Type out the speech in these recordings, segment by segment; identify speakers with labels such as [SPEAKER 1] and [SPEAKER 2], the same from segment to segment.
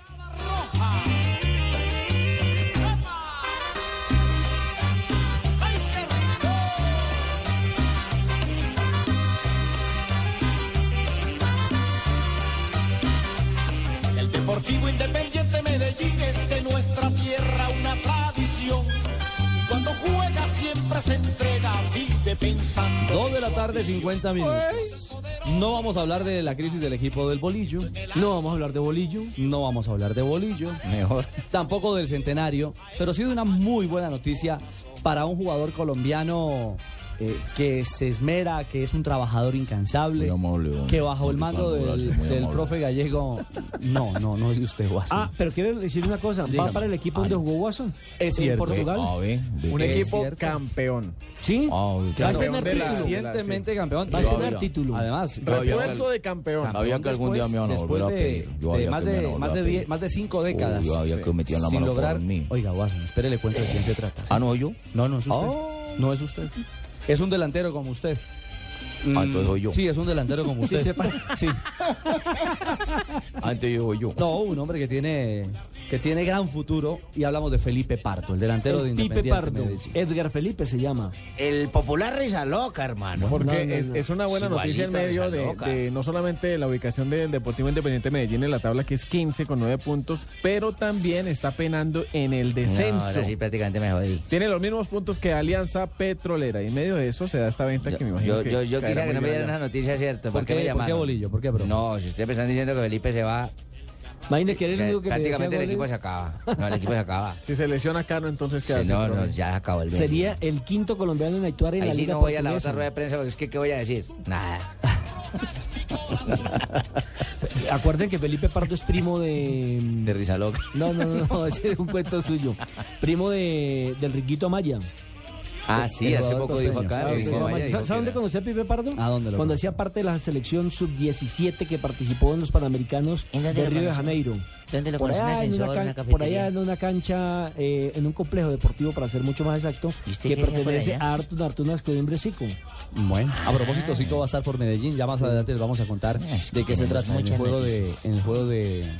[SPEAKER 1] roja. ¡Epa! ¡Ay, qué rico! El Deportivo Independiente Medellín es de nuestra tierra una tradición. Cuando juega siempre se entrega, vive pensando.
[SPEAKER 2] Dos de la tarde, 50 minutos. No vamos a hablar de la crisis del equipo del bolillo. No vamos a hablar de bolillo. No vamos a hablar de bolillo. Mejor. Tampoco del centenario. Pero sí de una muy buena noticia para un jugador colombiano eh, que se esmera, que es un trabajador incansable.
[SPEAKER 3] Muy amable, don-
[SPEAKER 2] que bajo
[SPEAKER 3] don
[SPEAKER 2] el mando
[SPEAKER 3] Ricardo
[SPEAKER 2] del,
[SPEAKER 3] Horacio, muy
[SPEAKER 2] del
[SPEAKER 3] amable.
[SPEAKER 2] profe gallego. No, no, no es de usted, Guaso.
[SPEAKER 4] Ah, pero quiero decir una cosa. ¿Va para el equipo donde jugó Watson?
[SPEAKER 2] Ah, es
[SPEAKER 4] ¿En
[SPEAKER 2] cierto. Ah,
[SPEAKER 4] Portugal?
[SPEAKER 3] A ver, Ah, ve-
[SPEAKER 5] Un
[SPEAKER 2] Es
[SPEAKER 5] equipo
[SPEAKER 2] cierto.
[SPEAKER 5] campeón.
[SPEAKER 4] Sí.
[SPEAKER 3] Ah, ok.
[SPEAKER 4] Va a
[SPEAKER 3] Campeón
[SPEAKER 4] tener
[SPEAKER 5] de la-
[SPEAKER 4] título.
[SPEAKER 2] Recientemente campeón.
[SPEAKER 4] Va a
[SPEAKER 2] Yo
[SPEAKER 4] tener
[SPEAKER 2] había-
[SPEAKER 4] título.
[SPEAKER 2] Además,
[SPEAKER 3] Yo había-
[SPEAKER 5] Refuerzo de campeón.
[SPEAKER 3] Había que algún día me iban a
[SPEAKER 2] después
[SPEAKER 3] volver a
[SPEAKER 2] de-
[SPEAKER 3] pedir. Yo
[SPEAKER 2] de
[SPEAKER 3] había
[SPEAKER 2] más,
[SPEAKER 3] que me
[SPEAKER 2] de,
[SPEAKER 3] iban a
[SPEAKER 2] más,
[SPEAKER 3] volver
[SPEAKER 2] de
[SPEAKER 3] a
[SPEAKER 2] diez-
[SPEAKER 3] pedir.
[SPEAKER 2] más de cinco
[SPEAKER 3] Uy,
[SPEAKER 2] décadas.
[SPEAKER 3] yo había que metían la
[SPEAKER 2] sin
[SPEAKER 3] mano
[SPEAKER 2] lograr.
[SPEAKER 3] por mí.
[SPEAKER 2] Oiga, Watson, espere, le cuento de quién se trata.
[SPEAKER 3] Ah, no, yo.
[SPEAKER 2] No, no es usted.
[SPEAKER 3] Ah.
[SPEAKER 2] No es usted. Es un delantero como usted.
[SPEAKER 6] Mm,
[SPEAKER 2] Mm,
[SPEAKER 3] Ah, entonces soy yo.
[SPEAKER 2] Sí, es un delantero como usted. Sí.
[SPEAKER 3] Antes Ah, yo, yo.
[SPEAKER 2] No, un hombre que tiene, que tiene gran futuro. Y hablamos de Felipe Pardo, el delantero de
[SPEAKER 4] El Pipe
[SPEAKER 2] Independiente
[SPEAKER 4] Pardo.
[SPEAKER 2] Medellín.
[SPEAKER 4] Edgar Felipe se llama.
[SPEAKER 6] El popular risa loca, hermano.
[SPEAKER 5] Porque
[SPEAKER 4] No, no,
[SPEAKER 5] es,
[SPEAKER 4] no.
[SPEAKER 5] es una buena noticia en
[SPEAKER 6] Igualito
[SPEAKER 5] medio
[SPEAKER 6] esa
[SPEAKER 5] de,
[SPEAKER 6] loca.
[SPEAKER 5] de no solamente de la ubicación del Deportivo Independiente de Medellín en la tabla, que es 15 con 9 puntos, pero también está penando en el descenso.
[SPEAKER 6] No, ahora sí prácticamente me jodí.
[SPEAKER 5] Tiene los mismos puntos que Alianza Petrolera. Y en medio de eso se da esta venta
[SPEAKER 6] Yo,
[SPEAKER 5] que me imagino
[SPEAKER 6] yo,
[SPEAKER 5] que
[SPEAKER 6] yo, yo
[SPEAKER 5] caerá
[SPEAKER 6] quisiera que
[SPEAKER 5] muy
[SPEAKER 6] no me
[SPEAKER 5] bien
[SPEAKER 6] dieran
[SPEAKER 5] allá.
[SPEAKER 6] esa noticia, ¿cierto? ¿Por, qué, me
[SPEAKER 2] ¿Por qué
[SPEAKER 6] llamaron?
[SPEAKER 2] bolillo? ¿Por qué, bro?
[SPEAKER 6] No, si ustedes me están diciendo que Felipe se va,
[SPEAKER 4] Imagínate que eres
[SPEAKER 6] o
[SPEAKER 4] el
[SPEAKER 6] sea,
[SPEAKER 4] único que te
[SPEAKER 6] Eh, prácticamente el
[SPEAKER 4] hacía
[SPEAKER 6] equipo se
[SPEAKER 4] goles.
[SPEAKER 6] acaba. No, el equipo se acaba.
[SPEAKER 5] Si se lesiona Cano, entonces
[SPEAKER 6] Si
[SPEAKER 5] queda
[SPEAKER 6] no, no, ya se acabó el mundo.
[SPEAKER 4] Sería el quinto colombiano en actuar en
[SPEAKER 6] Ahí
[SPEAKER 4] la
[SPEAKER 6] sí
[SPEAKER 4] Liga
[SPEAKER 6] no voy a la otra
[SPEAKER 4] Portuguesa.
[SPEAKER 6] rueda de prensa porque es que, ¿qué voy a decir? Nada.
[SPEAKER 4] Acuerden que Felipe Pardo es primo de...
[SPEAKER 6] De risa loca.
[SPEAKER 4] No, no, no, no, ese es un cuento suyo. Primo de, del Riquito Amaya.
[SPEAKER 6] Ah, sí, hace
[SPEAKER 4] jugador
[SPEAKER 6] poco dijo acá.
[SPEAKER 4] costeño.
[SPEAKER 6] dijo,
[SPEAKER 4] Ah,
[SPEAKER 6] vaya,
[SPEAKER 4] sí,
[SPEAKER 6] dijo
[SPEAKER 4] ¿Sabes dónde
[SPEAKER 6] que-
[SPEAKER 4] conocí a Pipe Pardo?
[SPEAKER 2] ¿A dónde lo
[SPEAKER 4] Cuando
[SPEAKER 2] conoció?
[SPEAKER 4] hacía parte de la selección sub-17 que participó en los Panamericanos
[SPEAKER 6] ¿En
[SPEAKER 4] de
[SPEAKER 6] dónde lo
[SPEAKER 4] Río de
[SPEAKER 6] conoció?
[SPEAKER 4] Janeiro.
[SPEAKER 6] ¿Dónde lo
[SPEAKER 4] Por
[SPEAKER 6] conocí? ¿Un
[SPEAKER 4] allá, en
[SPEAKER 6] ascensor?
[SPEAKER 4] una
[SPEAKER 6] ¿Una
[SPEAKER 4] can- por allá
[SPEAKER 6] cafetería?
[SPEAKER 4] en una cancha, eh, en un complejo deportivo, para ser mucho más exacto,
[SPEAKER 6] ¿Y usted
[SPEAKER 4] que
[SPEAKER 6] qué hacía por
[SPEAKER 4] pertenece
[SPEAKER 6] allá?
[SPEAKER 4] a Artun Artunas Coimbra Sico.
[SPEAKER 2] Bueno, a propósito, Zico va a estar por Medellín. Ya más adelante les vamos a contar
[SPEAKER 6] Es que
[SPEAKER 2] de qué se
[SPEAKER 6] tenemos
[SPEAKER 2] trata en el
[SPEAKER 6] muchas
[SPEAKER 2] juego de,
[SPEAKER 6] noticias.
[SPEAKER 2] en el juego de, en el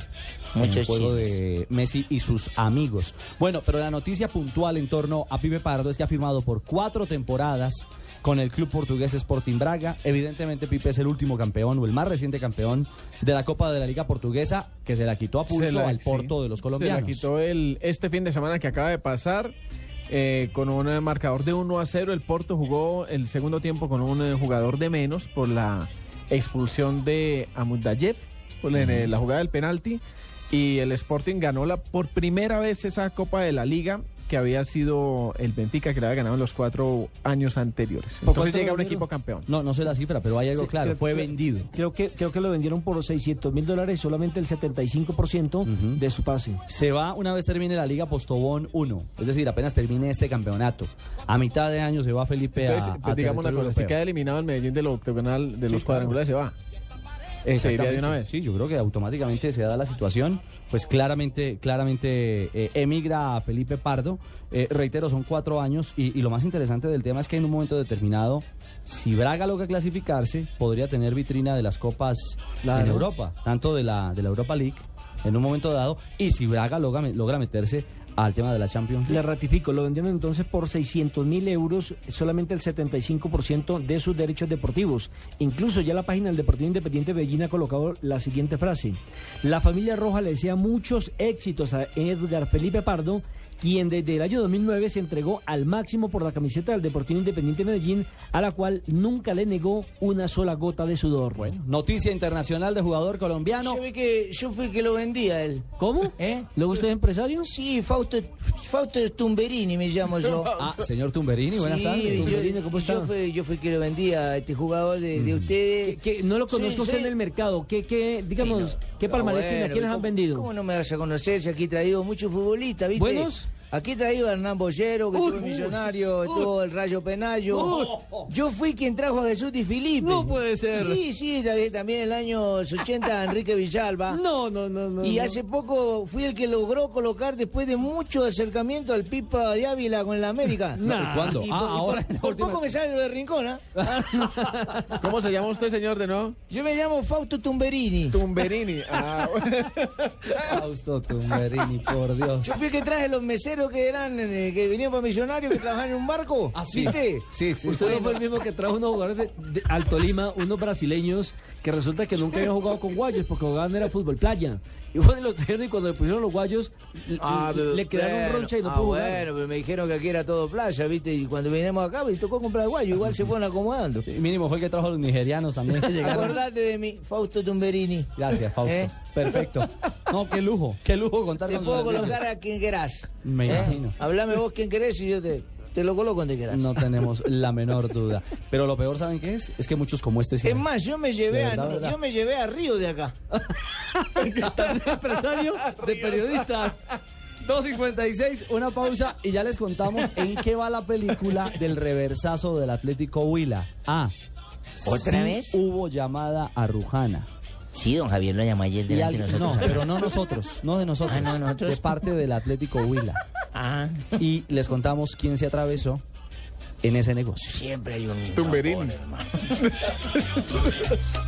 [SPEAKER 6] Muchos
[SPEAKER 2] juego
[SPEAKER 6] chismes.
[SPEAKER 2] de Messi y sus amigos. Bueno, pero la noticia puntual en torno a Pibe Pardo es que ha firmado por cuatro temporadas con el club portugués Sporting Braga. Evidentemente, Pipe es el último campeón o el más reciente campeón de la Copa de la Liga Portuguesa que se la quitó a
[SPEAKER 5] Se
[SPEAKER 2] pulso
[SPEAKER 5] la-
[SPEAKER 2] al
[SPEAKER 5] sí.
[SPEAKER 2] Porto de los
[SPEAKER 5] Se la
[SPEAKER 2] colombianos.
[SPEAKER 5] quitó el, este fin de semana que acaba de pasar eh, con un eh, marcador de 1 a 0. El Porto jugó el segundo tiempo con un eh, jugador de menos por la expulsión de Amundayev por la- en eh, la jugada del penalti. Y el Sporting ganó la, por primera vez esa Copa de la Liga que había sido el Benfica que la había ganado en los cuatro años anteriores.
[SPEAKER 2] ¿Por
[SPEAKER 5] Entonces
[SPEAKER 2] cuánto
[SPEAKER 5] llega
[SPEAKER 2] lo
[SPEAKER 5] un
[SPEAKER 2] vendieron?
[SPEAKER 5] equipo campeón.
[SPEAKER 2] No, no sé la cifra, pero hay algo
[SPEAKER 4] Sí,
[SPEAKER 2] claro.
[SPEAKER 4] creo-
[SPEAKER 2] Fue
[SPEAKER 4] creo-
[SPEAKER 2] vendido.
[SPEAKER 4] Creo que, creo que lo vendieron por 600 mil dólares, solamente el 75%
[SPEAKER 2] Ujú.
[SPEAKER 4] de su pase.
[SPEAKER 2] Se va una vez termine la Liga Postobón 1, es decir, apenas termine este campeonato. A mitad de año se va Felipe a-
[SPEAKER 5] Entonces,
[SPEAKER 2] a,
[SPEAKER 5] pues, digamos una
[SPEAKER 2] territorio
[SPEAKER 5] cosa, si
[SPEAKER 2] europeo.
[SPEAKER 5] queda eliminado el Medellín de los octogonal, de los cuadrangulares, se va. se iría de una vez.
[SPEAKER 2] Sí, yo creo que automáticamente se da la situación, pues claramente, claramente eh, emigra a Felipe Pardo. Eh, reitero, son cuatro años y, y lo más interesante del tema es que en un momento determinado, si Braga logra clasificarse, podría tener vitrina de las copas en Europa, tanto de la, de la Europa League en un momento dado, y si Braga logra, logra meterse al tema de la Champions.
[SPEAKER 4] Le
[SPEAKER 2] League.
[SPEAKER 4] ratifico, lo vendieron entonces por 600 mil euros, solamente el 75% de sus derechos deportivos. Incluso ya la página del Deportivo Independiente de Medellín ha colocado la siguiente frase. La familia Roja le desea muchos éxitos a Edgar Felipe Pardo, quien desde el año 2009 se entregó al máximo por la camiseta del Deportivo Independiente Medellín, a la cual nunca le negó una sola gota de sudor. Bueno.
[SPEAKER 2] Noticia internacional de jugador colombiano.
[SPEAKER 7] Yo, vi que, yo fui que lo vendía él.
[SPEAKER 4] ¿Cómo?
[SPEAKER 7] ¿Eh?
[SPEAKER 4] ¿Luego usted es empresario?
[SPEAKER 7] Sí, Fausto, Fausto Tumberini me llamo yo.
[SPEAKER 2] Ah, señor Tumberini, buenas
[SPEAKER 7] Sí,
[SPEAKER 2] tardes.
[SPEAKER 7] yo-
[SPEAKER 4] Tumberini, ¿cómo está?
[SPEAKER 7] Yo fui, yo fui que lo vendía a este jugador de,
[SPEAKER 6] Mm.
[SPEAKER 7] de ustedes.
[SPEAKER 4] Que, que no lo conozco
[SPEAKER 7] Sí,
[SPEAKER 4] usted
[SPEAKER 7] sí.
[SPEAKER 4] en el mercado. ¿Qué, qué digamos,
[SPEAKER 7] Digamos,
[SPEAKER 4] qué palmarés tiene? ¿A quiénes han vendido?
[SPEAKER 7] Ah, ¿Cómo no me vas a conocer si aquí he traído muchos futbolistas, viste?
[SPEAKER 4] ¿Buenos?
[SPEAKER 7] Aquí he traído a Hernán Bollero, que
[SPEAKER 4] Uy,
[SPEAKER 7] estuvo en
[SPEAKER 4] uy,
[SPEAKER 7] Millonario,
[SPEAKER 4] uy.
[SPEAKER 7] estuvo el Rayo Penayo.
[SPEAKER 4] Uy.
[SPEAKER 7] Yo fui quien trajo a Jesús Di Filipe.
[SPEAKER 4] No puede ser.
[SPEAKER 7] Sí, sí, también, también en el año 80 a Enrique Villalba.
[SPEAKER 4] No, no, no, no.
[SPEAKER 7] Y
[SPEAKER 4] no.
[SPEAKER 7] hace poco fui el que logró colocar después de mucho acercamiento al Pipa de Ávila con la América.
[SPEAKER 4] Nah.
[SPEAKER 2] ¿Y cuándo?
[SPEAKER 7] Y
[SPEAKER 2] Ah,
[SPEAKER 7] por- y
[SPEAKER 2] ahora. en
[SPEAKER 7] Por,
[SPEAKER 2] la
[SPEAKER 7] por
[SPEAKER 2] última-
[SPEAKER 7] poco me sale lo de Rincón, ¿ah?
[SPEAKER 5] ¿Cómo se llama usted, señor, de nuevo?
[SPEAKER 7] Yo me llamo Fausto Tumberini.
[SPEAKER 5] Tumberini. Ah, bueno.
[SPEAKER 2] Fausto Tumberini, por Dios.
[SPEAKER 7] Yo fui el que traje los meseros que eran, eh, que venían para Millonarios, que trabajaban en un barco.
[SPEAKER 2] Así.
[SPEAKER 7] ¿Viste?
[SPEAKER 2] Ah, Sí, sí.
[SPEAKER 4] Usted no fue el mismo que trajo unos jugadores de- de- al Tolima, unos brasileños, que resulta que nunca habían jugado con guayos, porque jugaban era fútbol playa. Y fueron los trajeron y cuando le pusieron los guayos, l- l- le quedaron roncha y no
[SPEAKER 7] ah,
[SPEAKER 4] pudo jugar.
[SPEAKER 7] bueno, pero me dijeron que aquí era todo playa, ¿viste? Y cuando vinimos acá, me tocó comprar guayo, igual se fueron acomodando.
[SPEAKER 2] Sí, mínimo fue el que trajo a los nigerianos también. que llegaron.
[SPEAKER 7] Acordate de mí, Fausto Tumberini.
[SPEAKER 2] Gracias, Fausto.
[SPEAKER 7] ¿Eh?
[SPEAKER 2] Perfecto. No, qué lujo. Qué lujo contar
[SPEAKER 7] Te
[SPEAKER 2] con su
[SPEAKER 7] puedo
[SPEAKER 2] servicio.
[SPEAKER 7] colocar a quien querás.
[SPEAKER 2] Me
[SPEAKER 7] ¿eh?
[SPEAKER 2] imagino.
[SPEAKER 7] Hablame vos quien querés y yo te, te lo coloco donde querás.
[SPEAKER 2] No tenemos la menor duda. Pero lo peor, ¿saben qué es? Es que muchos como este sí.
[SPEAKER 7] Es más, yo me llevé
[SPEAKER 2] De
[SPEAKER 7] a,
[SPEAKER 2] verdad, verdad.
[SPEAKER 7] yo me llevé a Río de acá.
[SPEAKER 4] También empresario de periodistas.
[SPEAKER 2] 2.56, una pausa y ya les contamos en qué va la película del reversazo del Atlético Huila. Ah,
[SPEAKER 6] ¿Otra
[SPEAKER 2] sí
[SPEAKER 6] vez?
[SPEAKER 2] Hubo llamada a Rujana.
[SPEAKER 6] Sí, don Javier lo llamó ayer
[SPEAKER 2] Y
[SPEAKER 6] delante de
[SPEAKER 2] al-
[SPEAKER 6] nosotros.
[SPEAKER 2] No, pero no nosotros, no de nosotros,
[SPEAKER 6] Ah, no, nosotros.
[SPEAKER 2] de parte del Atlético Huila.
[SPEAKER 6] Ah,
[SPEAKER 2] Y les contamos quién se atravesó en ese negocio.
[SPEAKER 6] siempre hay un...
[SPEAKER 5] Tumberini.
[SPEAKER 6] No, bueno, hermano.